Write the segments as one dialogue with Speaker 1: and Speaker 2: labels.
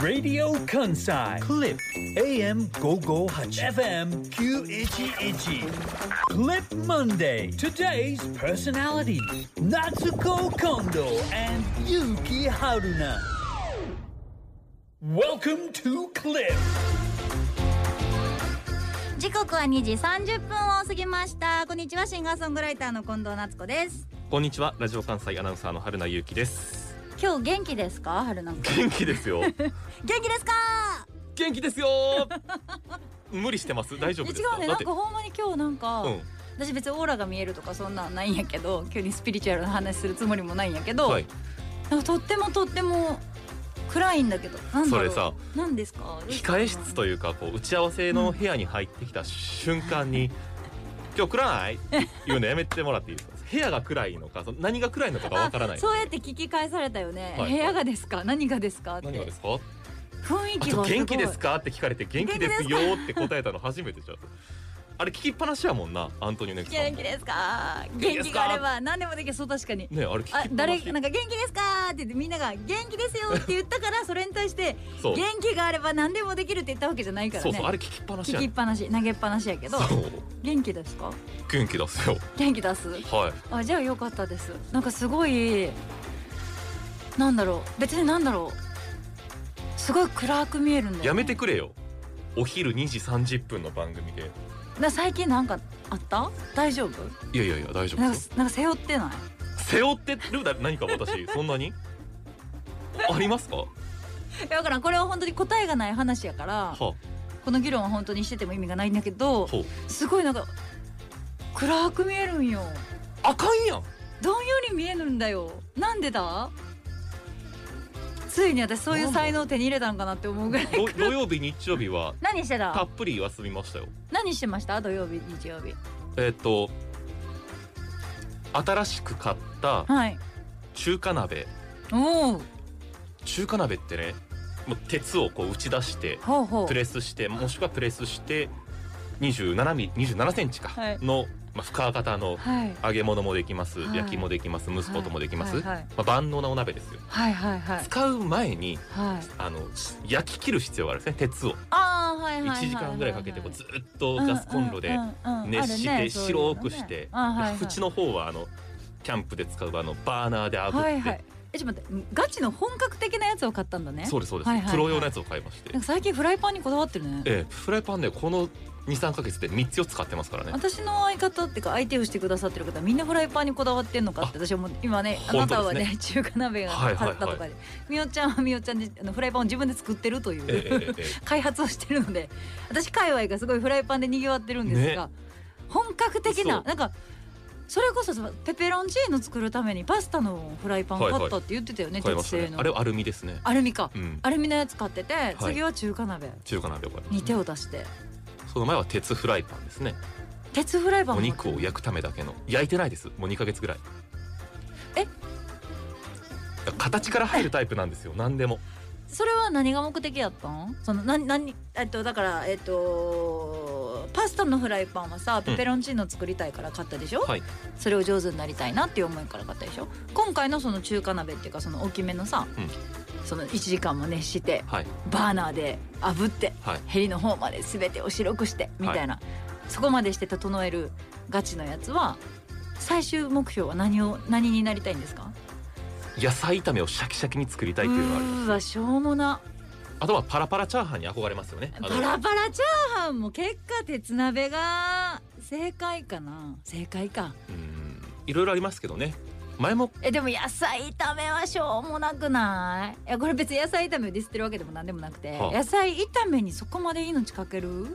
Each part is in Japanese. Speaker 1: Radio Kansai. Clip AM 558. FM 911. Clip Monday. Today's personality Natsuko Kondo and Yuki Haruna. Welcome to Clip.
Speaker 2: 時刻は2時30分を過ぎましたこんにちはシンガーソングライターの近藤夏子です
Speaker 3: こんにちはラジオ関西アナウンサーの春名優紀です。
Speaker 2: 今日元気ですか春菜さん
Speaker 3: 元気ですよ。
Speaker 2: 元気ですか
Speaker 3: 元気ですよ。無理してます。大丈
Speaker 2: いや
Speaker 3: 夫
Speaker 2: 違
Speaker 3: ですか。
Speaker 2: うねな
Speaker 3: だっ
Speaker 2: ん
Speaker 3: て
Speaker 2: かほんまに今日なんか、
Speaker 3: うん
Speaker 2: 私別にオーラが見えるとかそんなんないんやけど急にスピリチュアルな話するつもりもないんやけど、
Speaker 3: はい。
Speaker 2: なんかとってもとっても暗いんだけどなんだろう
Speaker 3: それさ
Speaker 2: なんですか
Speaker 3: 控え室というかこう打ち合わせの部屋に入ってきた瞬間に「今日暗ない?」って言うのやめてもらっていいですか部屋が暗いのかその何が暗いのかがわからない
Speaker 2: あそうやって聞き返されたよね、
Speaker 3: はい
Speaker 2: 部屋がですか何がですかって
Speaker 3: 何がですか
Speaker 2: 雰囲気
Speaker 3: あと
Speaker 2: がすごい
Speaker 3: 元気ですかって聞かれて元気ですよって答えたの初めてじゃんあれ聞きっぱなしやもんなアントニオネクさん
Speaker 2: 元
Speaker 3: も
Speaker 2: 気ですか
Speaker 3: 元気
Speaker 2: 元
Speaker 3: ですか
Speaker 2: 気があれば何でもできるそう確かに
Speaker 3: ねあれ聞きっ
Speaker 2: あ
Speaker 3: ぱな
Speaker 2: 誰
Speaker 3: し
Speaker 2: なんか元気ですかって言ってみんなが元気ですよって言ったからそれに対して
Speaker 3: そう
Speaker 2: 元気があれば何でもできるって言ったわけじゃないから
Speaker 3: そ
Speaker 2: ね
Speaker 3: うそうあれ聞きっぱなし
Speaker 2: 聞
Speaker 3: や
Speaker 2: きっ
Speaker 3: ね
Speaker 2: ぱなし投げっぱなしやけど
Speaker 3: そう
Speaker 2: 元気ですか
Speaker 3: 元気出すよ
Speaker 2: 元気出す
Speaker 3: はい
Speaker 2: あじゃあよかったですなんかすごいなんだろう別になんだろうすごい暗く見えるんだよね、
Speaker 3: やめてくれよお昼2時30分の番組で
Speaker 2: な最近なんかあった大丈夫
Speaker 3: いやいやいや大丈夫
Speaker 2: なん
Speaker 3: で
Speaker 2: か
Speaker 3: すよ
Speaker 2: なんか背負ってない
Speaker 3: 背負ってるだ何か私そんなにありますかは
Speaker 2: だからんこれは本当に答えがない話やから
Speaker 3: あほ
Speaker 2: この議論は本当にしてても意味がないんだけど
Speaker 3: う
Speaker 2: すごいなんか暗く見えるんよ
Speaker 3: あかんやん
Speaker 2: どんより見えるんだよなんでだついに私そういう才能を手に入れたのかなって思うぐらい
Speaker 3: ど土曜日日曜日は
Speaker 2: 何して
Speaker 3: た
Speaker 2: た
Speaker 3: っぷり休みましたよ
Speaker 2: 何してました土曜日日曜日
Speaker 3: えっ、と新しく買った
Speaker 2: はい
Speaker 3: 中華鍋
Speaker 2: おお
Speaker 3: 中華鍋ってねもう鉄をこう打ち出して
Speaker 2: ほうほ
Speaker 3: プレスしてもしくはプレスして27ミリ27センチか
Speaker 2: はい
Speaker 3: の、まあ、深型の
Speaker 2: うはい
Speaker 3: 揚げ物もできます、
Speaker 2: はい
Speaker 3: 焼きもできます蒸すこともできます、
Speaker 2: はいはい
Speaker 3: まあ、万能なお鍋ですよ
Speaker 2: はいはいはい
Speaker 3: 使う前に
Speaker 2: はい
Speaker 3: あのし焼き切る必要があるんですね鉄を
Speaker 2: あーはいはいはいはい
Speaker 3: 1時間ぐらいかけてこうずっと
Speaker 2: うん
Speaker 3: ガスコンロで
Speaker 2: うんうんうん
Speaker 3: 熱
Speaker 2: ある
Speaker 3: して
Speaker 2: ねそういうの
Speaker 3: 白
Speaker 2: ね
Speaker 3: くして
Speaker 2: あーはいはい
Speaker 3: で縁の方はあのキャンプで使うあのバーナーで
Speaker 2: はい
Speaker 3: 炙
Speaker 2: は
Speaker 3: っ
Speaker 2: いえちょっと待ってガチの本格的なやつを買ったんだね
Speaker 3: てそうですそうです
Speaker 2: はいはいはい
Speaker 3: プロ用のやつを買いまして
Speaker 2: なんか最近フライパンにこだわってるね
Speaker 3: ええフライパンでこの23か月で3つ4つ買ってますからね
Speaker 2: 私の相方っていうか相手をしてくださってる方みんなフライパンにこだわってんのかって私はもう今ねあな
Speaker 3: 本
Speaker 2: た
Speaker 3: 当
Speaker 2: は
Speaker 3: ですね
Speaker 2: ね中華鍋が
Speaker 3: はい
Speaker 2: 買っ
Speaker 3: はいはい
Speaker 2: たとかでみおちゃんはみおちゃんであのフライパンを自分で作ってるとい
Speaker 3: えええ
Speaker 2: う
Speaker 3: ええ
Speaker 2: 開発をしてるので私界隈がすごいフライパンで賑わってるんですが本格的な
Speaker 3: そう
Speaker 2: なんかそれこそそのペペロンチーノ作るためにパスタのフライパン買ったって言ってたよ
Speaker 3: え
Speaker 2: ね
Speaker 3: 買いま
Speaker 2: 鉄
Speaker 3: した
Speaker 2: 製
Speaker 3: ね
Speaker 2: の
Speaker 3: あれはアルミですね
Speaker 2: アルミか
Speaker 3: うん
Speaker 2: アルミのやつ買ってて
Speaker 3: い
Speaker 2: 次は中華鍋
Speaker 3: 中華鍋を買いま
Speaker 2: に
Speaker 3: した
Speaker 2: 手を出して
Speaker 3: その前は鉄フライパンですね
Speaker 2: 鉄フライパン
Speaker 3: お
Speaker 2: も買って
Speaker 3: 肉を焼くためだけの焼いてないですもう2ヶ月ぐらい
Speaker 2: え
Speaker 3: 形から入るタイプなんですよ何でも
Speaker 2: それは何が目的やったんそのな何えっとだからえっとパスタのフライパンはさペペロンチーノ作りたいから買ったでしょ、
Speaker 3: はい
Speaker 2: それを上手になりたいなっていう思いから買ったでしょ今回のその中華鍋っていうかその大きめのさ、
Speaker 3: うん
Speaker 2: その1時間も熱して
Speaker 3: はい
Speaker 2: バーナーで炙って、
Speaker 3: はい
Speaker 2: ヘリの方まで全てを白くしてみたいな、そこまでして整えるガチのやつは最終目標は何を何になりたいんですか
Speaker 3: 野菜炒めをシャキシャキに作りたいっていうのがあり
Speaker 2: う
Speaker 3: ま
Speaker 2: ー
Speaker 3: す
Speaker 2: わしょうもな
Speaker 3: あとはパラパラチャーハンに憧れますよねあ
Speaker 2: パ
Speaker 3: の
Speaker 2: ラパラチャーハンも結果鉄鍋が正解かな正解か
Speaker 3: うんいろいろありますけどね前も
Speaker 2: えでも野菜炒めはしょうもなくないいやこれ別に野菜炒めをディスってるわけでも何でもなくて、
Speaker 3: はあ
Speaker 2: 野菜炒めにそこまで命かける
Speaker 3: うん
Speaker 2: な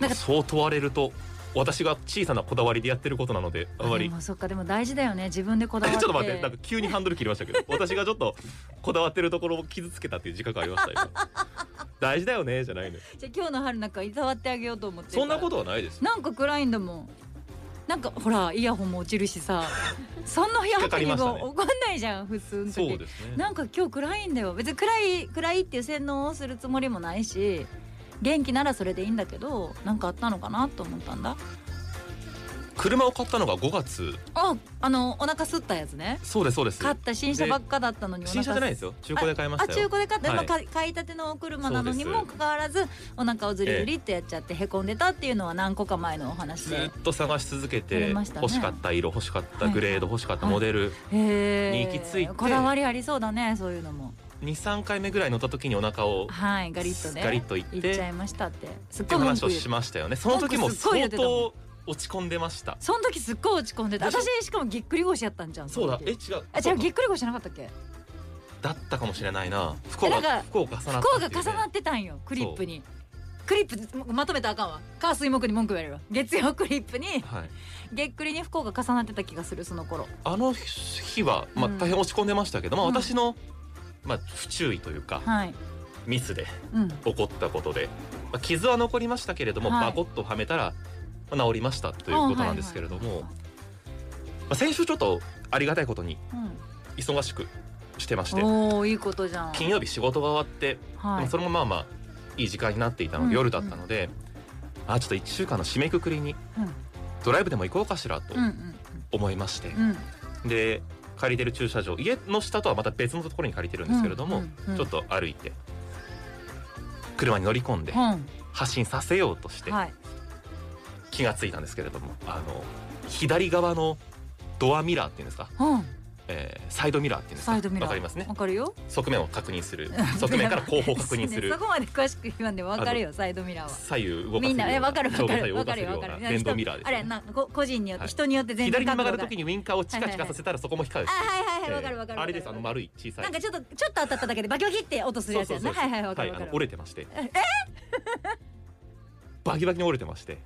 Speaker 3: ま
Speaker 2: ん
Speaker 3: あ
Speaker 2: か
Speaker 3: そう問われると私が小さなこだわりでやってることなのであま
Speaker 2: で
Speaker 3: り
Speaker 2: もそっかでも大事だよね自分でこだ わ
Speaker 3: ちょ
Speaker 2: っ
Speaker 3: ってと待ってなんか急にハンドル切りましたけど私がちょっとこだわってるところを傷つけたっていう自覚ありましたよ大事だよね じゃないのよ
Speaker 2: じゃあ今日の春なんかいたわってあげようと思ってる
Speaker 3: そんなこととはないですよ
Speaker 2: なんか暗いんだもんなんかほらイヤホンも落ちるし さそんな
Speaker 3: 引
Speaker 2: ハ
Speaker 3: っか
Speaker 2: プ
Speaker 3: か
Speaker 2: ニ
Speaker 3: り
Speaker 2: ン
Speaker 3: ま
Speaker 2: グ
Speaker 3: し
Speaker 2: 起
Speaker 3: たね
Speaker 2: こんないじゃん普通の時
Speaker 3: そうですね
Speaker 2: なんか今日暗いんだよ別に暗い暗いっていう洗脳をするつもりもないし元気ならそれでいいんだけどなんかあったのかなと思ったんだ
Speaker 3: 車を買ったのが5月
Speaker 2: ああのお腹すったやつね
Speaker 3: そうですそうです
Speaker 2: 買った新車ばっかだったのにお
Speaker 3: 新
Speaker 2: 腹
Speaker 3: 車じゃないですよ中古で買いまし
Speaker 2: あ
Speaker 3: たよ
Speaker 2: 中古で買った、
Speaker 3: はい
Speaker 2: まあか買いたてのお車なのに
Speaker 3: そう
Speaker 2: も
Speaker 3: です
Speaker 2: かかわらずお腹をずりずりってやっちゃってへこんでたっていうのは何個か前のお話
Speaker 3: ず
Speaker 2: で
Speaker 3: っと探し続け
Speaker 2: あ
Speaker 3: て
Speaker 2: りましたね
Speaker 3: 欲しかった色欲しかっ
Speaker 2: は
Speaker 3: た
Speaker 2: い
Speaker 3: グレード欲しかったモデル
Speaker 2: へ
Speaker 3: に
Speaker 2: え
Speaker 3: 行き着いて
Speaker 2: こだわりありそうだねそういうのも
Speaker 3: 23回目ぐらい乗った時にお腹を
Speaker 2: はいガリッとね
Speaker 3: ガリッといっ
Speaker 2: いっちゃ
Speaker 3: て
Speaker 2: いましたってすっ
Speaker 3: って
Speaker 2: ごい文
Speaker 3: 話
Speaker 2: 句
Speaker 3: を
Speaker 2: 言う
Speaker 3: しましたよねその時
Speaker 2: 文
Speaker 3: も
Speaker 2: 句すっごい言
Speaker 3: 相
Speaker 2: ってたもん
Speaker 3: 当落ち込んでました
Speaker 2: その時すっごい落ち込んでた
Speaker 3: でしょ
Speaker 2: 私しかもぎっくり腰やったんじゃん
Speaker 3: そうだ
Speaker 2: の
Speaker 3: え
Speaker 2: 時
Speaker 3: 違う
Speaker 2: あ
Speaker 3: そ
Speaker 2: 違
Speaker 3: う
Speaker 2: う
Speaker 3: か
Speaker 2: ぎっくり腰じゃなかったっけ
Speaker 3: だったかもしれないな不幸
Speaker 2: えなん
Speaker 3: が
Speaker 2: か
Speaker 3: 不幸が重なった
Speaker 2: 不
Speaker 3: って
Speaker 2: 幸が
Speaker 3: いうね
Speaker 2: 重なってたんよクリップにクリップまとめたらあかんわ火水木に文句言われるわ月曜クリップに
Speaker 3: はい
Speaker 2: げっくりに不幸が重なってた気がするその頃
Speaker 3: あの日は、まあ
Speaker 2: うん、
Speaker 3: 大変落ち込んでましたけど、まあ、
Speaker 2: うん
Speaker 3: 私の、まあ、不注意というか
Speaker 2: はい
Speaker 3: ミスで
Speaker 2: うん
Speaker 3: 起こったことで、まあ、傷は残りましたけれども、
Speaker 2: はい
Speaker 3: バコッとはめたら、まあ治りましたということなんですけれども、まあ、先週ちょっとありがたいことに忙しくしてまし
Speaker 2: うん
Speaker 3: て
Speaker 2: おーいいことじゃん
Speaker 3: 金曜日仕事が終わって、
Speaker 2: は
Speaker 3: まあ
Speaker 2: い
Speaker 3: それもまあまあいい時間になっていたので、
Speaker 2: うん
Speaker 3: 夜だったのであちょっと1週間の締めくくりに
Speaker 2: うん
Speaker 3: ドライブでも行こうかしらと
Speaker 2: うんうん
Speaker 3: 思いまして。
Speaker 2: うん
Speaker 3: で借りてる駐車場家の下とはまた別のところに借りてるんですけれども、
Speaker 2: うんうんうん
Speaker 3: ちょっと歩いて車に乗り込んで
Speaker 2: う
Speaker 3: 発進させようとして
Speaker 2: んはい
Speaker 3: 気がついたんですけれども、あの左側のドアミラーっていうんですか、
Speaker 2: うん
Speaker 3: えーサイドミラーっていうんですか
Speaker 2: サイドミラー
Speaker 3: わかりますね
Speaker 2: わかるよ
Speaker 3: 側面を確認 する側面から後方を確認する
Speaker 2: そこまで詳しく言わんでわかるよサイドミラーは
Speaker 3: 左右動かせるよう
Speaker 2: みんなえわかるわかる
Speaker 3: 上
Speaker 2: わかるよわ
Speaker 3: 下左右動か
Speaker 2: か
Speaker 3: せるよう
Speaker 2: る
Speaker 3: な電動ミラーです
Speaker 2: あれ
Speaker 3: ね
Speaker 2: なこ個人によって、
Speaker 3: はい
Speaker 2: 人によって全
Speaker 3: 左
Speaker 2: 然
Speaker 3: に曲が
Speaker 2: 角
Speaker 3: る
Speaker 2: 度
Speaker 3: ときにウインカーをチカチカさせたらそこも光る
Speaker 2: あ
Speaker 3: し、
Speaker 2: はいはいはいわかるわかるわかる
Speaker 3: えーあれですあの丸い小さい
Speaker 2: なんかちょっとちょっと当たっただけでバキバキって音するやつや
Speaker 3: そ
Speaker 2: ね
Speaker 3: うそうそう
Speaker 2: はいはいわかるわ
Speaker 3: は
Speaker 2: か
Speaker 3: い、あ
Speaker 2: る
Speaker 3: の折れてまして。 バキバキに折れてまして。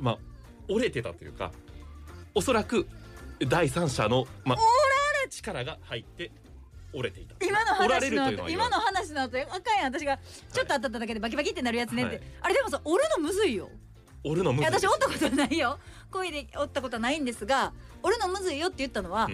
Speaker 3: まあ折れてたというか、おそらく第三者のまあ力が入って折れていた。
Speaker 2: 今の
Speaker 3: 折られ
Speaker 2: 話
Speaker 3: る
Speaker 2: の
Speaker 3: というの
Speaker 2: 後
Speaker 3: は言
Speaker 2: 今
Speaker 3: わ
Speaker 2: の
Speaker 3: ない
Speaker 2: 話の後あかんやん私がちょっと当たっただけでバキバキってなるやつねって、
Speaker 3: はい
Speaker 2: あれでもさ折るのむずいよ
Speaker 3: 折るの
Speaker 2: い
Speaker 3: むず
Speaker 2: や
Speaker 3: いで
Speaker 2: 私
Speaker 3: す
Speaker 2: 折ったことないよ恋で折ったことはないんですが折るのむずいよって言ったのは、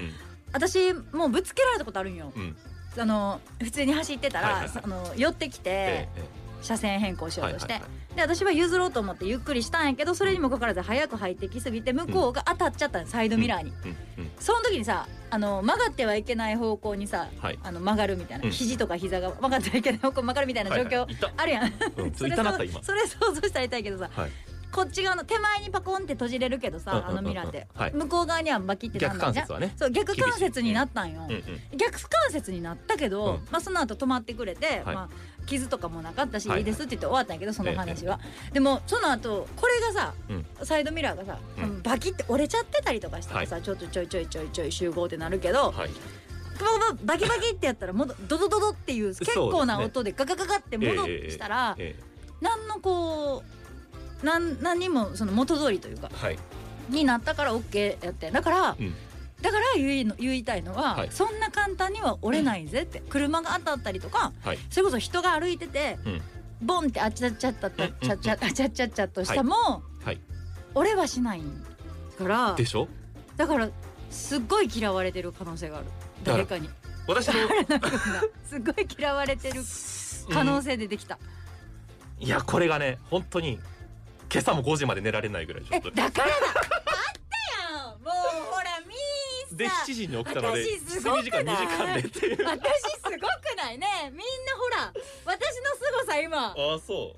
Speaker 2: 私もうぶつけられたことあるんよ
Speaker 3: うんうん
Speaker 2: あの普通に走ってたら、
Speaker 3: はいはいはい
Speaker 2: あの寄ってきて、
Speaker 3: ええ
Speaker 2: 車線変更し
Speaker 3: え
Speaker 2: ようとして、で私は譲ろうと思ってゆっくりしたんやけどそれにもかかわらず早く入ってきすぎて向こうが当たっちゃったのサイドミラーに、
Speaker 3: うんうん
Speaker 2: その時にさあの曲がってはいけない方向にさ
Speaker 3: はい。
Speaker 2: あの曲がるみたいな、
Speaker 3: うん
Speaker 2: 肘とか膝が曲がってはいけない方向曲がるみたいな状況、
Speaker 3: はいはい痛っ
Speaker 2: あるやん
Speaker 3: うん ち
Speaker 2: そ
Speaker 3: ょ
Speaker 2: れ
Speaker 3: っと痛なった今。
Speaker 2: それ想像したら痛いけどさ、
Speaker 3: はい
Speaker 2: こっち側の手前にパコンって閉じれるけど
Speaker 3: うんう
Speaker 2: さ
Speaker 3: んう
Speaker 2: あ
Speaker 3: んうん
Speaker 2: のミラーって、
Speaker 3: はい
Speaker 2: 向こう側にはバキってなん
Speaker 3: 逆
Speaker 2: ない
Speaker 3: 関
Speaker 2: じゃん
Speaker 3: 節はね。
Speaker 2: そう逆関節になったんよ、
Speaker 3: うんうん
Speaker 2: 逆関節になったけど、
Speaker 3: うん
Speaker 2: まあ、その後止まってくれて、
Speaker 3: はい
Speaker 2: まあ、傷とかもなかったし、
Speaker 3: はい
Speaker 2: い、
Speaker 3: はい
Speaker 2: いですって言って終わったんやけどその話は、でもその後これがさ、サイドミラーがさ、
Speaker 3: うん
Speaker 2: そのバキって折れちゃってたりとかしたらさ、ちょっとちょいちょいちょいちょい集合ってなるけど、
Speaker 3: はい。
Speaker 2: バババキバキってやったらもどドドドドって いう結構な音でガガガガって戻
Speaker 3: ええ
Speaker 2: したら、
Speaker 3: え
Speaker 2: 何のこうなん何にもその元通りというか
Speaker 3: えはい。
Speaker 2: になったから OK やってだから、
Speaker 3: うん
Speaker 2: だから言いの言いたいのは、
Speaker 3: はい
Speaker 2: そんな簡単には折れないぜって、車が当たったりとか
Speaker 3: はい。
Speaker 2: それこそ人が歩いてて、
Speaker 3: うん
Speaker 2: ボンってあちゃっちゃったと
Speaker 3: うん
Speaker 2: ちゃっちゃあちゃっちゃっちゃっとしたも、
Speaker 3: はい。
Speaker 2: 折れはしないから
Speaker 3: でしょ。
Speaker 2: だからすっごい嫌われてる可能性がある
Speaker 3: だから
Speaker 2: 誰かに。
Speaker 3: 私の
Speaker 2: なんか すごい嫌われてる可能性出てきた、
Speaker 3: いやこれがね本当に今朝も5時まで寝られないぐらいちょ
Speaker 2: え
Speaker 3: っと
Speaker 2: だからだあったやんもうほらみー
Speaker 3: で
Speaker 2: さ
Speaker 3: 7時に起きたので
Speaker 2: 私すごくない
Speaker 3: 睡眠時間2時間でって
Speaker 2: 私
Speaker 3: いう
Speaker 2: すごくないねみんなほら私の凄さ今
Speaker 3: ああそ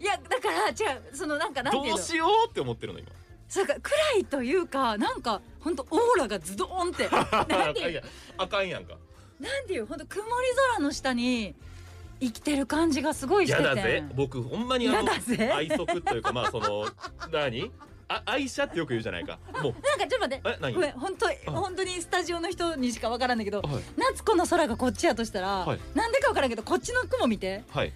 Speaker 2: いやだから違うそのなんか
Speaker 3: う
Speaker 2: なんてい
Speaker 3: ど
Speaker 2: う
Speaker 3: う
Speaker 2: の
Speaker 3: しようって思ってるの今
Speaker 2: そうか暗いというかなんかほんとオーラがズドンって なんて
Speaker 3: あい
Speaker 2: いう
Speaker 3: やあかんやんか
Speaker 2: なんていうほんと曇り空の下に生きてる感じがすごいして
Speaker 3: や
Speaker 2: て
Speaker 3: だぜ僕ほんまにあ
Speaker 2: や
Speaker 3: の
Speaker 2: だぜ
Speaker 3: 愛足というかまあその何あ愛車ってよく言うじゃないかも
Speaker 2: な
Speaker 3: う
Speaker 2: んかちょっと待って
Speaker 3: え何
Speaker 2: ごめん本当
Speaker 3: あ
Speaker 2: 本当にスタジオの人にしかわからんだけど
Speaker 3: はい
Speaker 2: 夏子の空がこっちやとしたら、
Speaker 3: はい
Speaker 2: なんでかわからんけどこっちの雲見て
Speaker 3: はい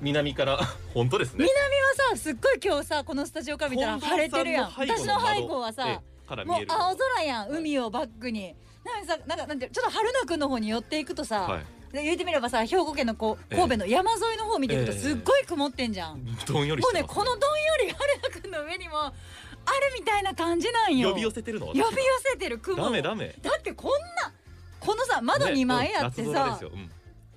Speaker 3: 南から 本当ですね
Speaker 2: 今さすっごい今日さこのスタジオから見たら晴れてるやん
Speaker 3: 近
Speaker 2: 私
Speaker 3: 藤さ
Speaker 2: の
Speaker 3: ん
Speaker 2: 背
Speaker 3: 窓
Speaker 2: 後はさ、
Speaker 3: ええから見
Speaker 2: もう
Speaker 3: える
Speaker 2: 青空やん
Speaker 3: はい
Speaker 2: 海をバックに。なんかさなんかなんていうのちょっと春菜くんの方に寄っていくとさ、
Speaker 3: はい
Speaker 2: で言ってみればさ兵庫県のこう
Speaker 3: ええ
Speaker 2: 神戸の山沿いの方見ていくと
Speaker 3: ええ
Speaker 2: すっごい曇ってんじゃん、
Speaker 3: どんより
Speaker 2: も
Speaker 3: し
Speaker 2: うね
Speaker 3: てます
Speaker 2: このどんより春菜くんの上にもるみたいな感じなんよ
Speaker 3: 呼び寄せてるの
Speaker 2: 呼び寄せてる雲を
Speaker 3: ダメダメ
Speaker 2: だってこんなこのさ窓
Speaker 3: ね
Speaker 2: 2枚あって
Speaker 3: うん夏空
Speaker 2: さ、
Speaker 3: ですようん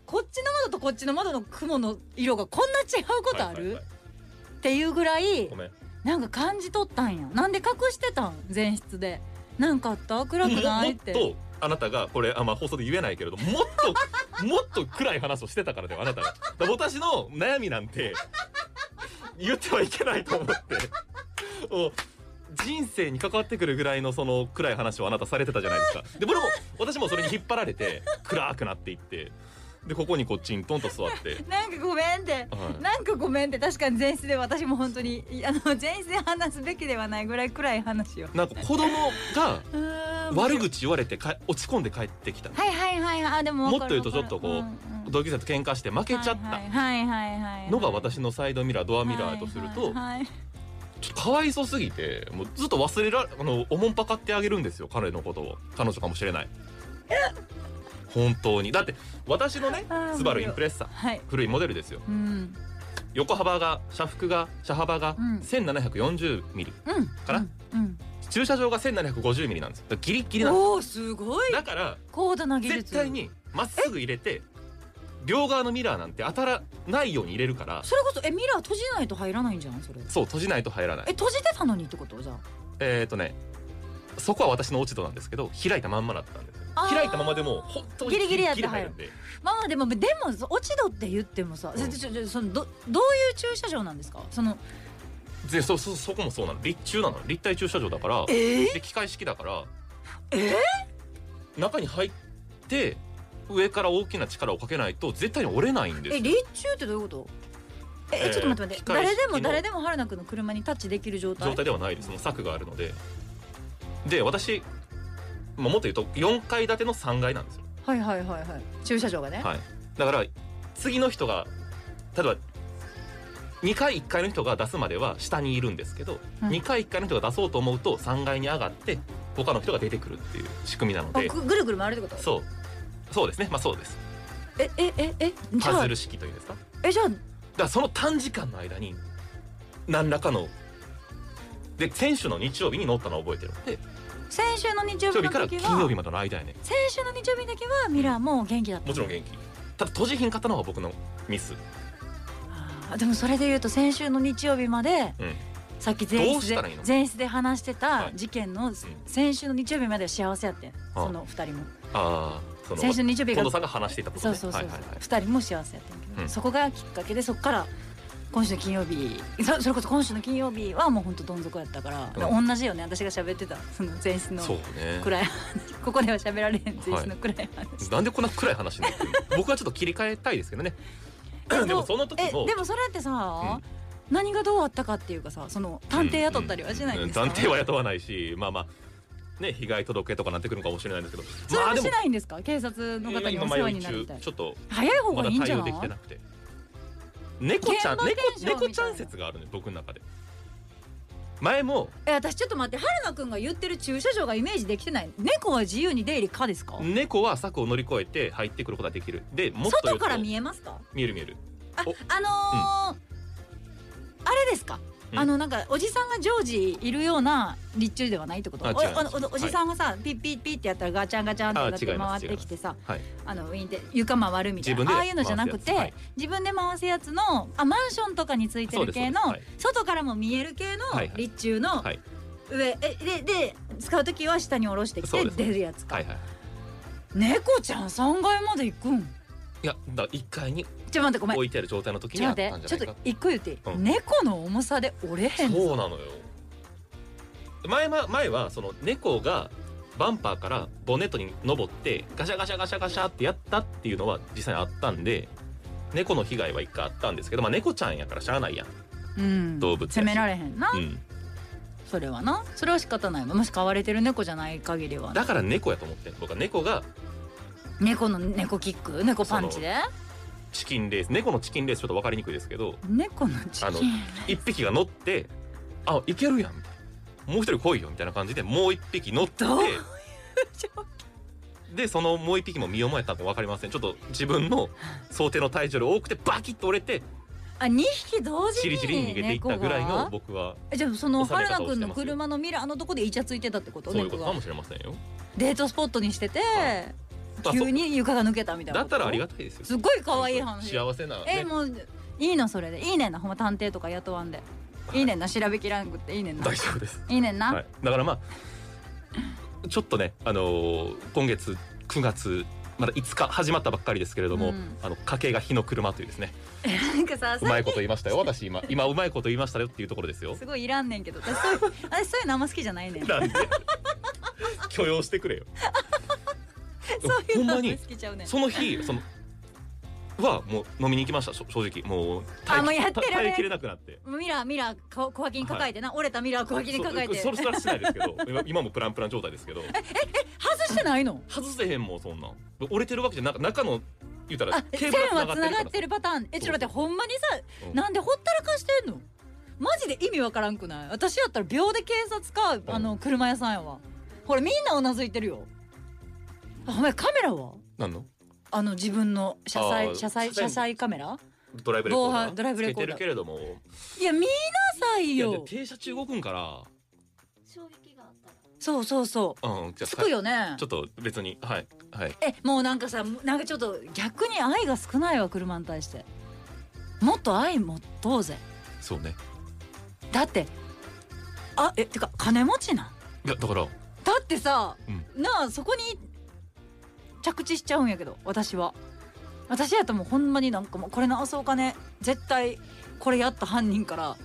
Speaker 2: こっちの窓とこっちの窓の雲の色がこんな違うことある、
Speaker 3: はいはいはい
Speaker 2: っていうぐらい
Speaker 3: ごめん
Speaker 2: なんか感じ取ったんやなんで隠してたん前室でなんかあった暗く
Speaker 3: も
Speaker 2: ないっ
Speaker 3: もってとあなたがこれあまあ放送で言えないけれどもっと もっと暗い話をしてたからだよあなたがだから私の悩みなんて言ってはいけないと思って お人生に関わってくるぐらいのその暗い話をあなたされてたじゃないですかで僕も私もそれに引っ張られて暗くなっていってでここにこうチントンと座って
Speaker 2: なんかごめんって、
Speaker 3: はい
Speaker 2: なんかごめんって確かに前室で私も本当に あの前室で話すべきではないぐらい暗い話を
Speaker 3: なんか子供が
Speaker 2: うーん
Speaker 3: 悪口言われてか落ち込んで帰ってきた
Speaker 2: はいはいはいはいあでもわかる
Speaker 3: もっと言うと
Speaker 2: わかる
Speaker 3: ちょっとこう同級生と喧嘩して負けちゃ
Speaker 2: は
Speaker 3: った
Speaker 2: いはいはいはいはい
Speaker 3: のが私のサイドミラードア
Speaker 2: の
Speaker 3: ミラーとすると
Speaker 2: はいはい
Speaker 3: ちょっとかわいそうすぎてもうずっと忘れらあのおもんぱかってあげるんですよ彼のことを彼女かもしれない本当にだって私のね
Speaker 2: あー
Speaker 3: スバルインプレッサ
Speaker 2: はい、はい
Speaker 3: 古いモデルですよ
Speaker 2: うん
Speaker 3: 横幅が車幅が車幅が
Speaker 2: うん
Speaker 3: 1740ミリ
Speaker 2: うん
Speaker 3: かな
Speaker 2: うん、
Speaker 3: 駐車場が1750ミリなんですよだからギリッギリ
Speaker 2: うん、
Speaker 3: なんで
Speaker 2: おおすごい
Speaker 3: すだから
Speaker 2: 高度な技術
Speaker 3: 絶対にまっすぐ入れて両側のミラーなんて当たらないように入れるから
Speaker 2: それこそえミラー閉じないと入らないんじゃんそれ
Speaker 3: そう閉じないと入らない
Speaker 2: え閉じてたのにってことじゃあ
Speaker 3: えー、とねそこは私の落ち度なんですけど開いたまんまだったんですよ
Speaker 2: あー
Speaker 3: 開いたままでもう本当に
Speaker 2: ギリギリやった
Speaker 3: 入るんで
Speaker 2: まあまあでもでもそ落ち度って言ってもさ、
Speaker 3: うん
Speaker 2: ちょちょそのどどういう駐車場なんですかその
Speaker 3: でそそそこもそうなの立中なの立体駐車場だから
Speaker 2: え
Speaker 3: で機械式だから
Speaker 2: え
Speaker 3: 中に入って上から大きな力をかけないと絶対に折れないんです
Speaker 2: え
Speaker 3: よ
Speaker 2: 立中ってどういうことえ
Speaker 3: えー
Speaker 2: ちょっと待って待って
Speaker 3: 機械
Speaker 2: 誰
Speaker 3: 式
Speaker 2: でも
Speaker 3: の
Speaker 2: 誰でも春菜くんの車にタッチできる状態
Speaker 3: 状態ではないですもう柵があるのでで私、まあ、もっと言うと4階建ての3階なんですよ
Speaker 2: はいはいはいはい駐車場がね、
Speaker 3: はい、だから次の人が例えば2回1回の人が出すまでは下にいるんですけど、
Speaker 2: うん
Speaker 3: 2回1回の人が出そうと思うと3階に上がって他の人が出てくるっていう仕組みなの
Speaker 2: あ
Speaker 3: で
Speaker 2: ぐぐるぐる回るってこと
Speaker 3: そうそうですねまあそうです
Speaker 2: ええええじゃ
Speaker 3: パ
Speaker 2: あ
Speaker 3: ズル式というんですかだか
Speaker 2: えじゃあ
Speaker 3: らその短時間の間に何らかので先週の日曜日に乗ったのを覚えてるで
Speaker 2: 先週の日曜
Speaker 3: 日
Speaker 2: 日
Speaker 3: 曜日
Speaker 2: の
Speaker 3: から
Speaker 2: 時
Speaker 3: 金曜
Speaker 2: は
Speaker 3: 日までの間やね
Speaker 2: 先週の日曜日だけはミラーも元気だった
Speaker 3: もちろん元気ただ閉じひんかったのが僕のミス
Speaker 2: あーでもそれで言うと先週の日曜日まで、
Speaker 3: うん
Speaker 2: さっき前
Speaker 3: どう
Speaker 2: 室
Speaker 3: し
Speaker 2: で
Speaker 3: たらいいの
Speaker 2: 前室で話して
Speaker 3: は
Speaker 2: た
Speaker 3: い
Speaker 2: 事件の
Speaker 3: ん
Speaker 2: 先週の日曜日までは幸せやってん
Speaker 3: あ
Speaker 2: その二人も
Speaker 3: ああその
Speaker 2: 先週の日曜日
Speaker 3: 近
Speaker 2: が
Speaker 3: 藤さんが話していたこと
Speaker 2: そう
Speaker 3: ね
Speaker 2: そうそうそう
Speaker 3: はいはいはい
Speaker 2: 二人も幸せやってんけど、
Speaker 3: うん
Speaker 2: そこがきっかけでそこから今週の金曜日そそれこそ今週の金曜日はもうほんとどん底やったから、
Speaker 3: う
Speaker 2: 同じよね私が喋ってたその前室の
Speaker 3: そうね
Speaker 2: 暗い話ここでは喋られへん前室の暗い話、
Speaker 3: なんでこんな暗い話になってるの僕はちょっと切り替えたいですけどね でもその時
Speaker 2: え
Speaker 3: も
Speaker 2: でもそれってさ、何がどうあったかっていうかさその探偵雇ったりはしないんですか、
Speaker 3: うん探偵は雇わないしまあまあね被害届とかなってくるのかもしれないんですけど
Speaker 2: それ
Speaker 3: まあ
Speaker 2: は
Speaker 3: で
Speaker 2: し
Speaker 3: も
Speaker 2: ないんですか、警察の方にお
Speaker 3: 今
Speaker 2: 世話
Speaker 3: 迷
Speaker 2: に
Speaker 3: い
Speaker 2: なり
Speaker 3: 中
Speaker 2: たい
Speaker 3: ちょっと
Speaker 2: 早い方
Speaker 3: ま
Speaker 2: が
Speaker 3: だ
Speaker 2: いいんじ
Speaker 3: 対
Speaker 2: ゃ
Speaker 3: 応
Speaker 2: な
Speaker 3: できて
Speaker 2: い
Speaker 3: なくて猫ちゃん
Speaker 2: 現場
Speaker 3: 猫
Speaker 2: 検証みたいな
Speaker 3: 猫ちゃん説があるね僕の中で前も
Speaker 2: え私ちょっと待って春菜くんが言ってる駐車場がイメージできてない猫は自由に出入り可ですか
Speaker 3: 猫は柵を乗り越えて入ってくることができるでもっと言
Speaker 2: 外
Speaker 3: うと
Speaker 2: から見えますか
Speaker 3: 見える見える
Speaker 2: あ
Speaker 3: お
Speaker 2: あのーあれですか、
Speaker 3: うん
Speaker 2: あのなんかおじさんが常時いるような立中ではないってこと
Speaker 3: あ
Speaker 2: お
Speaker 3: 違います
Speaker 2: おおおじさんがさ、ピッピッピッってやったらガチャンガチャンってなって
Speaker 3: あ違いま
Speaker 2: 回っ
Speaker 3: す
Speaker 2: てきてさ
Speaker 3: はい
Speaker 2: あのウィンって床回るみたい
Speaker 3: 自分
Speaker 2: な
Speaker 3: で
Speaker 2: ああいうのじゃなくて、
Speaker 3: 回すやつはい
Speaker 2: 自分で回すやつのあマンションとかについて
Speaker 3: そう
Speaker 2: る
Speaker 3: です
Speaker 2: 系の、
Speaker 3: そうです
Speaker 2: 外からも見える系
Speaker 3: は
Speaker 2: の
Speaker 3: いはい
Speaker 2: 立中の
Speaker 3: はい
Speaker 2: 上、えでで使う時は下に下ろしてき
Speaker 3: そう
Speaker 2: て
Speaker 3: です
Speaker 2: 出るやつか、
Speaker 3: はいはい
Speaker 2: 猫ちゃん3階まで行くん
Speaker 3: いやだから1階に
Speaker 2: ちょっと待ってごめん
Speaker 3: 置いてある状態の時
Speaker 2: ち
Speaker 3: に
Speaker 2: ょ
Speaker 3: あ
Speaker 2: っ
Speaker 3: っ
Speaker 2: と
Speaker 3: た
Speaker 2: 待
Speaker 3: ん
Speaker 2: って
Speaker 3: じ
Speaker 2: ちょっ
Speaker 3: ゃないか
Speaker 2: と一個言っていい、
Speaker 3: うん
Speaker 2: 猫の重さで折れへんぞ
Speaker 3: そうなのよ前は前はその猫がバンパーからボンネットに登ってガシャガシャガシャガシャってやったっていうのは実際にあったんで猫の被害は一回あったんですけどまあ猫ちゃんやからしゃあないやん
Speaker 2: うん
Speaker 3: 動物やし
Speaker 2: 責められへんな、
Speaker 3: うん
Speaker 2: それはなそれは仕方ないわもし飼われてる猫じゃない限りは
Speaker 3: だから猫やと思ってん僕は猫が
Speaker 2: 猫の猫キック猫パンチで
Speaker 3: チキンレース猫のチキンレースちょっと分かりにくいです けど
Speaker 2: 猫のチ
Speaker 3: あの
Speaker 2: キン
Speaker 3: 一匹が乗ってあいけるやんみたいなもう一人来いよみたいな感じでもう一匹乗って
Speaker 2: どういう状況
Speaker 3: でそのもう一匹も身をもやったのか分かりませんちょっと自分の想定の体重より多くてバキッと折れて
Speaker 2: あ二匹同時
Speaker 3: チ
Speaker 2: に
Speaker 3: リチリに逃げていったぐらいの僕は
Speaker 2: えじゃあその
Speaker 3: 収め
Speaker 2: 春
Speaker 3: 方
Speaker 2: 菜
Speaker 3: をして
Speaker 2: く
Speaker 3: ますよ
Speaker 2: んの車のミラーのとこでイチャついてたってこと
Speaker 3: そういうことか
Speaker 2: 猫
Speaker 3: も
Speaker 2: が
Speaker 3: しれませんよ
Speaker 2: デートスポットにしてて、
Speaker 3: まあ
Speaker 2: 急に床が抜けたみたいな
Speaker 3: だったらあり
Speaker 2: が
Speaker 3: がたいですよ
Speaker 2: すごい可愛い話
Speaker 3: 幸せな、ね、
Speaker 2: えもういいのそれでいいねんなほんま探偵とか雇わんでいいねんな調べきらんくっていいねんな
Speaker 3: 大
Speaker 2: い
Speaker 3: 丈夫です
Speaker 2: いねんな、
Speaker 3: はい、だからまあちょっとね、あのー今月9月まだ5日始まったばっかりですけれども、
Speaker 2: うん
Speaker 3: あの家計が火の車というですね
Speaker 2: なんかさ
Speaker 3: うまいこと言いましたよ私今今うまいこと言いましたよっていうところですよ
Speaker 2: すごいいらんねんけど私そういう私そういうのあんま好きじゃないねん そう
Speaker 3: なんで 許容してくれよ
Speaker 2: いうのあ
Speaker 3: ほんま
Speaker 2: んま
Speaker 3: に
Speaker 2: 好きちゃうねん
Speaker 3: その日そのはもう飲みに行きましたしょ正直もう耐え
Speaker 2: あもうやってられん
Speaker 3: 耐えきれなくなって
Speaker 2: ミラーミラーこ小脇に抱えてな、折れたミラー小脇に抱えて
Speaker 3: そそれそれはしないですけど今今もプランプラン状態ですけど
Speaker 2: 外してないの
Speaker 3: 外せへんもんそんなん折れてるわけじゃなく中の言ったら
Speaker 2: あ線はつながって
Speaker 3: る
Speaker 2: るパターンえちょっと待ってほんまにさ、
Speaker 3: うん
Speaker 2: なんでほったらかしてんのマジで意味わからんくない私やったら秒で警察か、あの車屋さんやわほらみんなうなずいてるよあお前カメラは
Speaker 3: なんの
Speaker 2: あの自分の車
Speaker 3: あー
Speaker 2: 載車載
Speaker 3: 車
Speaker 2: 車
Speaker 3: 載
Speaker 2: 載カメラ
Speaker 3: ドライブレコー
Speaker 2: 防
Speaker 3: ダー
Speaker 2: 犯ドライブレコーダー
Speaker 3: つけてるけれども
Speaker 2: いや見なさい
Speaker 3: いやで
Speaker 2: よ
Speaker 3: 停車中動くんか
Speaker 4: 衝撃があったら
Speaker 2: そうそうそ
Speaker 3: らうん
Speaker 2: う
Speaker 3: じゃあ
Speaker 2: つくよね
Speaker 3: ちょっと別にはいはい
Speaker 2: えもうなんかさなんかちょっと逆に愛が少ないわ車に対してもっと愛持とうぜ
Speaker 3: そうね
Speaker 2: だってあえてか金持ちなん
Speaker 3: いやだから
Speaker 2: だってさ、
Speaker 3: う
Speaker 2: なあそこに着地しちゃうんやけど私は私やったらもうほんまになんかもうこれ直そうかね絶対これやった犯人から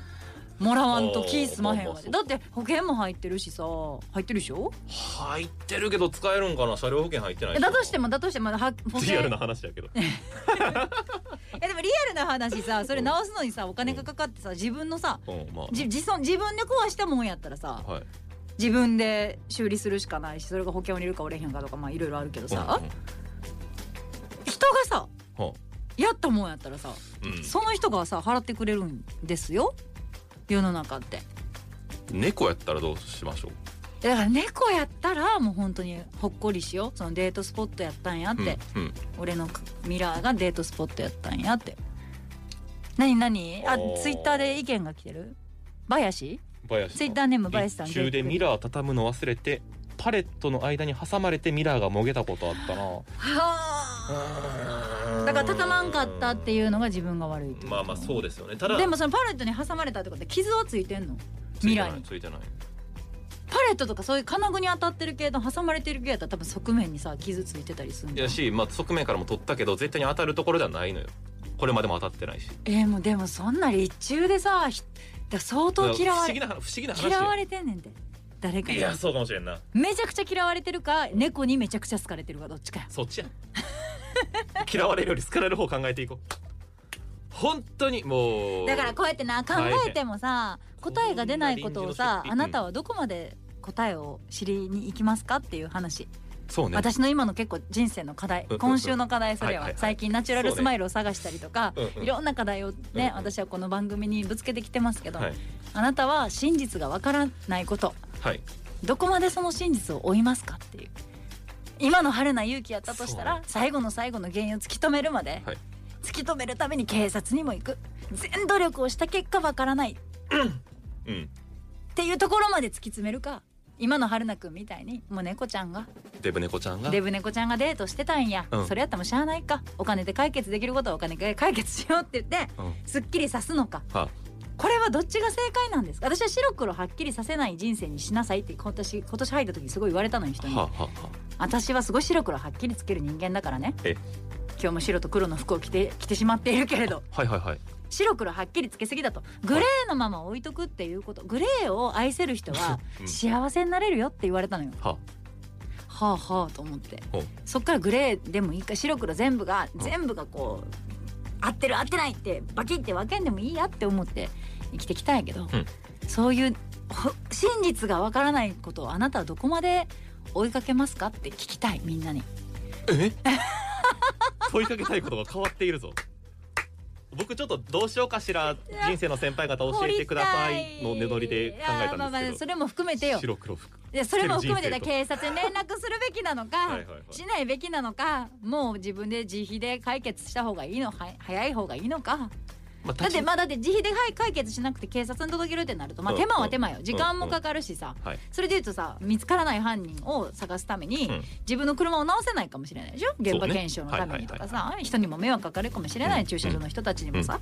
Speaker 2: もらわんと気すまへんわ
Speaker 3: あ
Speaker 2: で
Speaker 3: ー
Speaker 2: だって保険も入ってるしさ入ってるでしょ
Speaker 3: 入ってるけど使えるんかな車両保険入ってない
Speaker 2: え
Speaker 3: し
Speaker 2: だとしてもだとしてもは保険
Speaker 3: リアルな話やけど
Speaker 2: えでもリアルな話さそれ直すのにさお金がかかってさ自分のさ
Speaker 3: うんま
Speaker 2: じ自尊自分で壊したもんやったらさ
Speaker 3: あはい
Speaker 2: 自分で修理するしかないしそれが保険を入れるか折れへんかとかまあいろいろあるけどさ人がさ
Speaker 3: うんうん
Speaker 2: やったもんやったらさ
Speaker 3: うん
Speaker 2: その人がさ払ってくれるんですよ世の中って
Speaker 3: 猫やったらどうしましょう
Speaker 2: だから猫やったらもう本当にほっこりしようそのデートスポットやったんやって、
Speaker 3: うんうん
Speaker 2: 俺のミラーがデートスポットやったんやって何何あ
Speaker 3: あー
Speaker 2: ツイッターで意見が来てる林
Speaker 3: 林さん
Speaker 2: ツイッターネーム林さん
Speaker 3: 立中でミラー畳むの忘れてパレットの間に挟まれてミラーがもげたことあったな
Speaker 2: はあだから畳まんかったっていうのが自分が悪いってこと
Speaker 3: まあまあそうですよねただ
Speaker 2: でもそのパレットに挟まれたってことは傷はついてんのミラーに
Speaker 3: ついてないついてない
Speaker 2: パレットとかそういう金具に当たってる系の挟まれてる系やったら多分側面にさ傷ついてたりするん
Speaker 3: い
Speaker 2: だ
Speaker 3: やし、まあ、側面からも取ったけど絶対に当たるところではないのよこれまでも当たってないし
Speaker 2: えー、もうでもそんな立中でさひだ相当嫌わ
Speaker 3: 不思議
Speaker 2: れ
Speaker 3: な話不思議な話よ
Speaker 2: 嫌われてんねんて誰か
Speaker 3: い
Speaker 2: に
Speaker 3: やそうかもしれんな
Speaker 2: めちゃくちゃ嫌われてるか猫にめちゃくちゃ好かれてるかどっちかや
Speaker 3: そっちや 嫌われるより好かれる方考えていこう本当にもう
Speaker 2: だからこうやってな考
Speaker 3: 大変
Speaker 2: えてもさ答えが出ないことをさ
Speaker 3: こん
Speaker 2: あ
Speaker 3: な
Speaker 2: な
Speaker 3: 臨時の設備
Speaker 2: たはどこまで答えを知りに行きますかっていう話、
Speaker 3: そうね
Speaker 2: 私の今の結構人生の課題
Speaker 3: うんうん
Speaker 2: 今週の課題それは,、
Speaker 3: はいはいはい
Speaker 2: 最近ナチュラルスマイルを探したりとか、
Speaker 3: そうねうんうん
Speaker 2: いろんな課題をね、
Speaker 3: うんうん
Speaker 2: 私はこの番組にぶつけてきてますけど、
Speaker 3: はい
Speaker 2: あなたは真実がわからないこと
Speaker 3: はい
Speaker 2: どこまでその真実を追いますかっていう今の春菜勇気やったとしたら、
Speaker 3: そう
Speaker 2: 最後の最後の原因を突き止めるまで、
Speaker 3: はい
Speaker 2: 突き止めるために警察にも行く全努力をした結果わからないっ
Speaker 3: うん
Speaker 2: ていうところまで突き詰めるか今の春菜くんみたいにもう猫ちゃんが
Speaker 3: デブ猫ちゃんが
Speaker 2: デブ猫ちゃんがデートしてたんや、
Speaker 3: うん
Speaker 2: それやったらもうしゃあないかお金で解決できることはお金で解決しようって言って
Speaker 3: うん
Speaker 2: すっきりさすのか
Speaker 3: は
Speaker 2: これはどっちが正解なんですか私は白黒はっきりさせない人生にしなさいって今年今年入った時にすごい言われたのに人
Speaker 3: あ、
Speaker 2: に、
Speaker 3: はあ、はあ、はあ
Speaker 2: 私はすごい白黒はっきりつける人間だからね
Speaker 3: え
Speaker 2: 今日も白と黒の服を着て着てしまっているけれど
Speaker 3: はいはいはい
Speaker 2: 白黒はっきりつけすぎだとグレーのまま置いとくっていうことグレーを愛せる人は
Speaker 3: うん
Speaker 2: 幸せになれるよって言われたのよ
Speaker 3: は
Speaker 2: はあはあと思って
Speaker 3: ほう
Speaker 2: そっからグレーでもいいか白黒全部が
Speaker 3: うん
Speaker 2: 全部がこう合ってる合ってないってバキって分けんでもいいやって思って生きてきたんやけど、
Speaker 3: うん
Speaker 2: そういうほ真実がわからないことをあなたはどこまで追いかけますかって聞きたいみんなに。
Speaker 3: え 問いかけたいことが変わっているぞ僕ちょっとどうしようかしら人生の先輩方教えてくださいのねのりで考えた
Speaker 2: あーまあ
Speaker 3: ん
Speaker 2: ま
Speaker 3: で
Speaker 2: あ
Speaker 3: す
Speaker 2: そ
Speaker 3: けど
Speaker 2: れも含めてよ
Speaker 3: 白黒服
Speaker 2: いやそれも含めてね
Speaker 3: 着て
Speaker 2: 警察に連絡するべきなのか
Speaker 3: はいはいはい
Speaker 2: しないべきなのかもう自分で自費で解決した方がいいのは早い方がいいのかだ
Speaker 3: まあ
Speaker 2: って
Speaker 3: 立ち
Speaker 2: まあだって自費ではい解決しなくて警察に届けるってなるとまあ
Speaker 3: うん
Speaker 2: 手間は手間よ
Speaker 3: ん
Speaker 2: 時間もかかるしさ
Speaker 3: はい
Speaker 2: それで言うとさ見つからない犯人を探すために
Speaker 3: うん
Speaker 2: 自分の車を直せないかもしれないでしょ現場検証のためにとかさ人にも迷惑かかるかもしれな
Speaker 3: う
Speaker 2: い
Speaker 3: ん
Speaker 2: 駐車場の人たちにもさ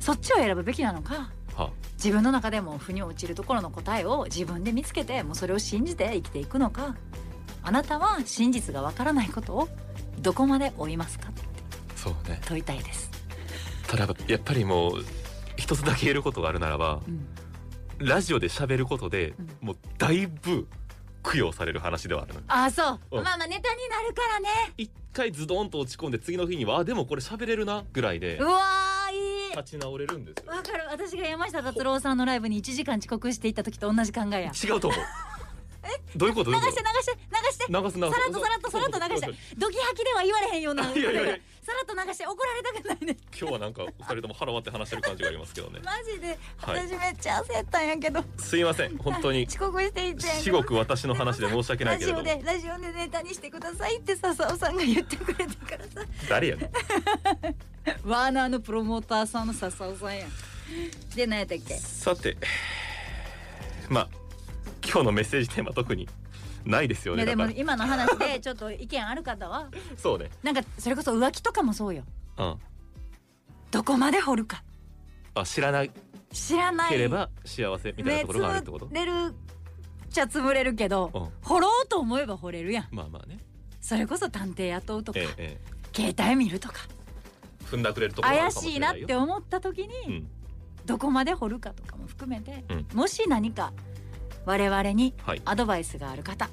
Speaker 2: そっちを選ぶべきなのか
Speaker 3: は
Speaker 2: 自分の中でも腑に落ちるところの答えを自分で見つけてもうそれを信じて生きていくのかあなたは真実がわからないことをどこまで追いますか
Speaker 3: そうね
Speaker 2: 問いたいです。
Speaker 3: ただやっぱりもう一つだけ言えることがあるならば
Speaker 2: うん
Speaker 3: ラジオで喋ることで
Speaker 2: うん
Speaker 3: もうだいぶ供養される話ではあるの
Speaker 2: あそう、
Speaker 3: うん
Speaker 2: まあまあネタになるからね
Speaker 3: 一回ズドンと落ち込んで次の日にはあでもこれ喋れるなぐらいで
Speaker 2: うわーいい
Speaker 3: 立ち直れるんですよ
Speaker 2: わかる私が山下達郎さんのライブに1時間遅刻していった時と同じ考えや流して
Speaker 3: 違うと思うどういうこと
Speaker 2: 流
Speaker 3: どういう
Speaker 2: して
Speaker 3: こと
Speaker 2: 流して
Speaker 3: 流す流す
Speaker 2: さらっとさらっとさらっと流してドキハキでは言われへんような
Speaker 3: いやいやいや
Speaker 2: さらっと流して怒られたくないね
Speaker 3: 今日はなんか二人とも腹割って話してる感じがありますけ どね
Speaker 2: マジで
Speaker 3: はい
Speaker 2: 私めっちゃ焦ったんやけど、
Speaker 3: すいません本当に
Speaker 2: 遅刻していって
Speaker 3: 至極私の話で申し訳な
Speaker 2: ラ
Speaker 3: いけ
Speaker 2: ジ
Speaker 3: れど
Speaker 2: オ
Speaker 3: も
Speaker 2: でラジオでネタにしてくださいって笹尾さんが言ってくれたからさ
Speaker 3: 誰やね ん
Speaker 2: ワーナーのプロモーターさんの笹尾さんやで何やったっけ
Speaker 3: さてまあ今日のメッセージテーマ特にないですよ
Speaker 2: い
Speaker 3: ね
Speaker 2: やで
Speaker 3: だか
Speaker 2: も
Speaker 3: ら
Speaker 2: 今の話でちょっと意見ある方 は
Speaker 3: そうね
Speaker 2: なんかそれこそ浮気とかもそうよ
Speaker 3: うん
Speaker 2: どこまで掘るか
Speaker 3: あ知らな
Speaker 2: 知らない
Speaker 3: ければ幸せみたいなところがあるってこと
Speaker 2: ね潰れるっちゃ潰れるけど、
Speaker 3: うん
Speaker 2: 掘ろうと思えば掘れるやん
Speaker 3: まあまあね
Speaker 2: それこそ探偵雇うとか、
Speaker 3: えええ
Speaker 2: 携帯見るとか
Speaker 3: え踏んだくれるところがあ
Speaker 2: 怪
Speaker 3: るかも
Speaker 2: し
Speaker 3: し
Speaker 2: い
Speaker 3: れ
Speaker 2: なっ
Speaker 3: ないよ
Speaker 2: て思った時に、
Speaker 3: うん
Speaker 2: どこまで掘るかとかも含めて、
Speaker 3: うん
Speaker 2: もし何か我々に
Speaker 3: はい
Speaker 2: アドバイスがある方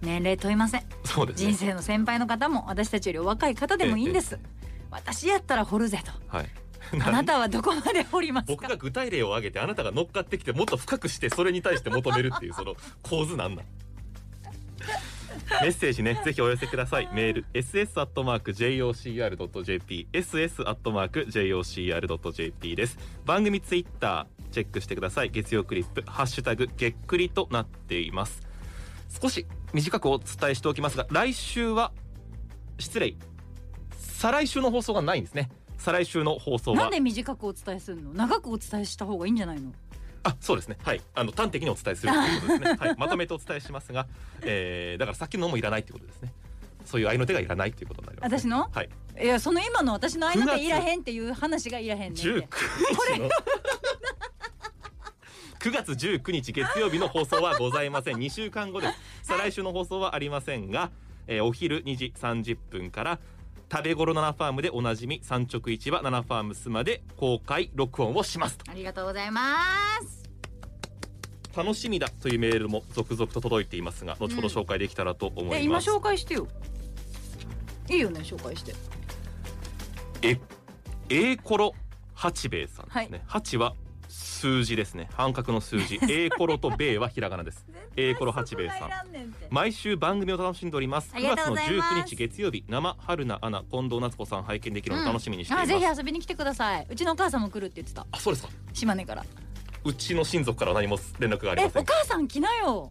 Speaker 2: 年齢問いません
Speaker 3: そうですね
Speaker 2: 人生の先輩の方も私たちよりお若い方でもいいんです、
Speaker 3: え
Speaker 2: 私やったら掘るぜと
Speaker 3: はい
Speaker 2: あなたはどこまで掘ります
Speaker 3: 僕
Speaker 2: か
Speaker 3: が具体例を挙げてあなたが乗っかってきてもっと深くしてそれに対して求めるってい うその構図なんだメッセージねぜひお寄せくださいメール ss.jocr.jp ss.jocr.jp です番組ツイッターチェックしてください月曜クリップハッシュタグげっくりとなっています少し短くお伝えしておきますが来週は失礼再来週の放送がないんですね再来週の放送は
Speaker 2: なんで短くお伝えするの長くお伝えした方がいいんじゃないの
Speaker 3: あそうですねはいあの端的にお伝えするというこ とですね、はい、まとめてお伝えしますが、えー、だからさっきのもいらないってことですねそういう愛の手がいらないっていうことになります、
Speaker 2: 私
Speaker 3: ね、
Speaker 2: の
Speaker 3: はい
Speaker 2: いやその今の私の愛なん
Speaker 3: 9
Speaker 2: て
Speaker 3: 月
Speaker 2: いらへんっていう話がいらへんねん
Speaker 3: 19
Speaker 2: て
Speaker 3: 日 の9月19日月曜日の放送はございません2週間後です再来週の放送はありませんが、えーお昼2時30分から食べ頃7ファームでおなじみ産直市場7ファームスまで公開録音をしますと
Speaker 2: ありがとうございます
Speaker 3: 楽しみだというメールも続々と届いていますが後ほど紹介できたらと思
Speaker 2: え
Speaker 3: い
Speaker 2: 今
Speaker 3: ます、
Speaker 2: 紹介してよいいよね紹介して
Speaker 3: え、えーコロ八兵衛さんですね。八、は数字ですね。半角の数 字。えーコロと米はひらがなです。えーコロ八兵衛さん。毎週番組を楽しんでおります。
Speaker 2: あ
Speaker 3: 9
Speaker 2: りが
Speaker 3: 月
Speaker 2: とう
Speaker 3: の
Speaker 2: ございます
Speaker 3: 19日月曜日、生春菜アナ近藤夏子さん拝見できるのを楽しみにしていま
Speaker 2: あ
Speaker 3: す。
Speaker 2: ぜひ遊びに来てくださいうちのお母さんも来るって言ってた
Speaker 3: あ、そうですか。
Speaker 2: 島根から
Speaker 3: うちの親族からは何も連絡があり
Speaker 2: え
Speaker 3: ませ
Speaker 2: お
Speaker 3: ん。
Speaker 2: 母さん来なよ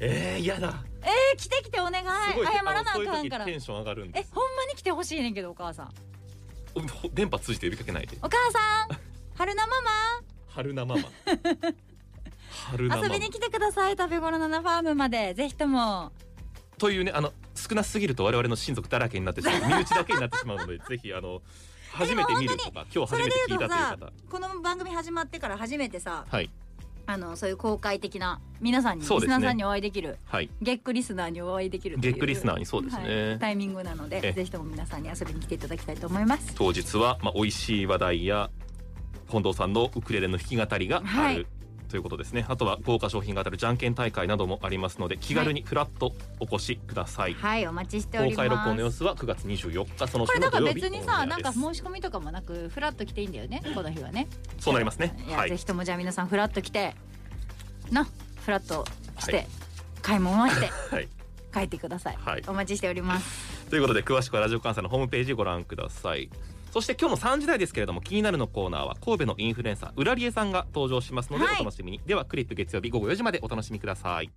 Speaker 3: えー、嫌だ。
Speaker 2: えー、来て来てお願い
Speaker 3: すごい。
Speaker 2: 謝らなあ
Speaker 3: の
Speaker 2: か
Speaker 3: そうい
Speaker 2: ん
Speaker 3: う
Speaker 2: から
Speaker 3: 時テ
Speaker 2: え
Speaker 3: ンション上がるんです。
Speaker 2: ほんまに来てほしいねんけどお母さん
Speaker 3: ほ電波通じて呼びかけないで。
Speaker 2: お母さん春菜マ
Speaker 3: 春菜ママ。春菜
Speaker 2: マ
Speaker 3: マ マ
Speaker 2: 遊びに来てください食べ頃の7ファームまでぜひとも
Speaker 3: というねあの少なすぎると我々の親族だらけになってしまう身内だけになってしまうので ぜひあの初めて見るとか今日
Speaker 2: そ
Speaker 3: 初
Speaker 2: れ
Speaker 3: め
Speaker 2: で
Speaker 3: て
Speaker 2: 言
Speaker 3: 聞いうた
Speaker 2: と
Speaker 3: という
Speaker 2: さ
Speaker 3: 方
Speaker 2: この番組始まってから初めてさ
Speaker 3: はい
Speaker 2: あのそういう公開的な皆さんに、
Speaker 3: そう
Speaker 2: リス
Speaker 3: ですね
Speaker 2: ナーさんにお会いできる
Speaker 3: はい
Speaker 2: ゲックリスナーにお会いできるとい
Speaker 3: ゲックリスナーにそうですね
Speaker 2: はいタイミングなの
Speaker 3: ええ
Speaker 2: でぜひとも皆さんに遊びに来ていただきたいと思います
Speaker 3: 当日はまあ美味しい話題や近藤さんのウクレレの弾き語りがある、
Speaker 2: はい
Speaker 3: ということですねあとは豪華商品が当たるじゃんけん大会などもありますので気軽にフラッとお越しください、
Speaker 2: はいお待ちしておりま
Speaker 3: 公開
Speaker 2: す
Speaker 3: 録音の様子は9月24日その
Speaker 2: こ
Speaker 3: 週
Speaker 2: れなん
Speaker 3: の
Speaker 2: か
Speaker 3: 土曜日
Speaker 2: 別にさ
Speaker 3: オンエア
Speaker 2: なん
Speaker 3: です
Speaker 2: か申し込みとかもなくフラッと来ていいんだよねこの日はね
Speaker 3: そうなりますね
Speaker 2: いや、
Speaker 3: は
Speaker 2: ぜ
Speaker 3: い
Speaker 2: ひともじゃあ皆さんフラッと来てなフラッとして、
Speaker 3: はい
Speaker 2: 買い物をして
Speaker 3: はい
Speaker 2: 帰ってください、
Speaker 3: はい
Speaker 2: お待ちしております
Speaker 3: ということで詳しくはラジオ関西のホームページご覧くださいそして今日の3時台ですけれども気になるのコーナーは神戸のインフルエンサーうらりえさんが登場しますので
Speaker 2: はい
Speaker 3: お楽しみに、ではクリップ月曜日午後4時までお楽しみください